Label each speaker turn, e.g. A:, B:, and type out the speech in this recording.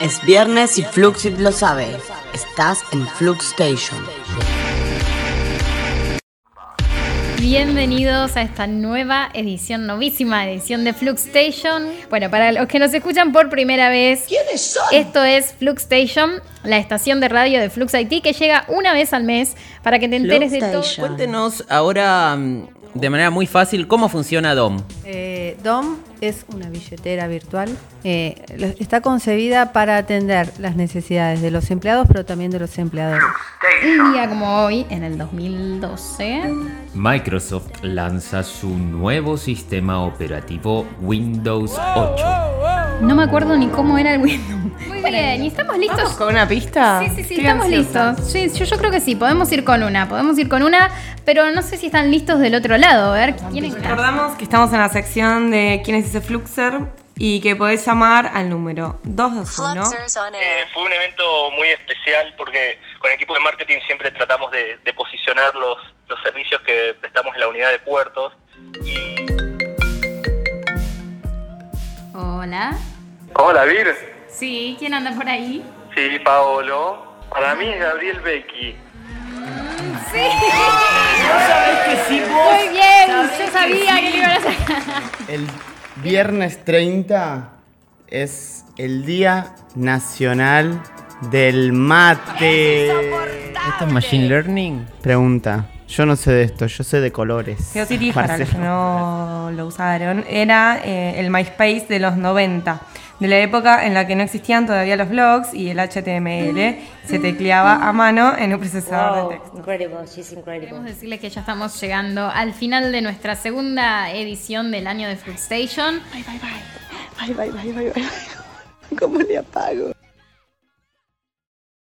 A: Es viernes y Fluxit lo sabe. Estás en Flux Station.
B: Bienvenidos a esta nueva edición, novísima edición de Flux Station. Bueno, para los que nos escuchan por primera vez,
C: ¿Quiénes son?
B: esto es Flux Station, la estación de radio de Flux IT que llega una vez al mes para que te enteres de todo.
A: Station.
D: Cuéntenos ahora mm, de manera muy fácil cómo funciona DOM.
E: Eh, DOM es una billetera virtual. Eh, lo- está concebida para atender las necesidades de los empleados, pero también de los empleadores.
B: Un día como hoy, en el 2012,
F: Microsoft lanza su nuevo sistema operativo Windows 8.
B: no me acuerdo ni cómo era el Windows. Muy bien, y estamos listos.
G: ¿Vamos con una pista?
B: Sí, sí, sí,
G: Estoy
B: estamos
G: ansiosa.
B: listos. Sí, yo, yo creo que sí, podemos ir con una, podemos ir con una, pero no sé si están listos del otro lado. A ver, ¿quién está?
G: Recordamos que estamos en la sección de quién es ese Fluxer y que podés llamar al número 221.
H: Eh, fue un evento muy especial porque con el equipo de marketing siempre tratamos de, de posicionar los, los servicios que prestamos en la unidad de puertos. Y...
B: Hola.
H: Hola, Vir.
B: Sí, ¿quién anda por ahí?
H: Sí, Paolo. Para mí es Gabriel Becky.
B: Sí. Muy bien, yo sabía que le iban a sacar.
I: El viernes 30 es el Día Nacional del Mate.
D: ¿Esto es Machine Learning?
I: Pregunta. Yo no sé de esto, yo sé de colores.
G: Pero sí, para los que
I: Marcelo.
G: no lo usaron, era eh, el MySpace de los 90, de la época en la que no existían todavía los blogs y el HTML se tecleaba a mano en un procesador de texto.
C: Incredible, she's
B: Queremos
C: incredible.
B: decirles que ya estamos llegando al final de nuestra segunda edición del año de Fruit Station.
J: Ay, bye, bye, bye, bye, bye. ¿Cómo le apago?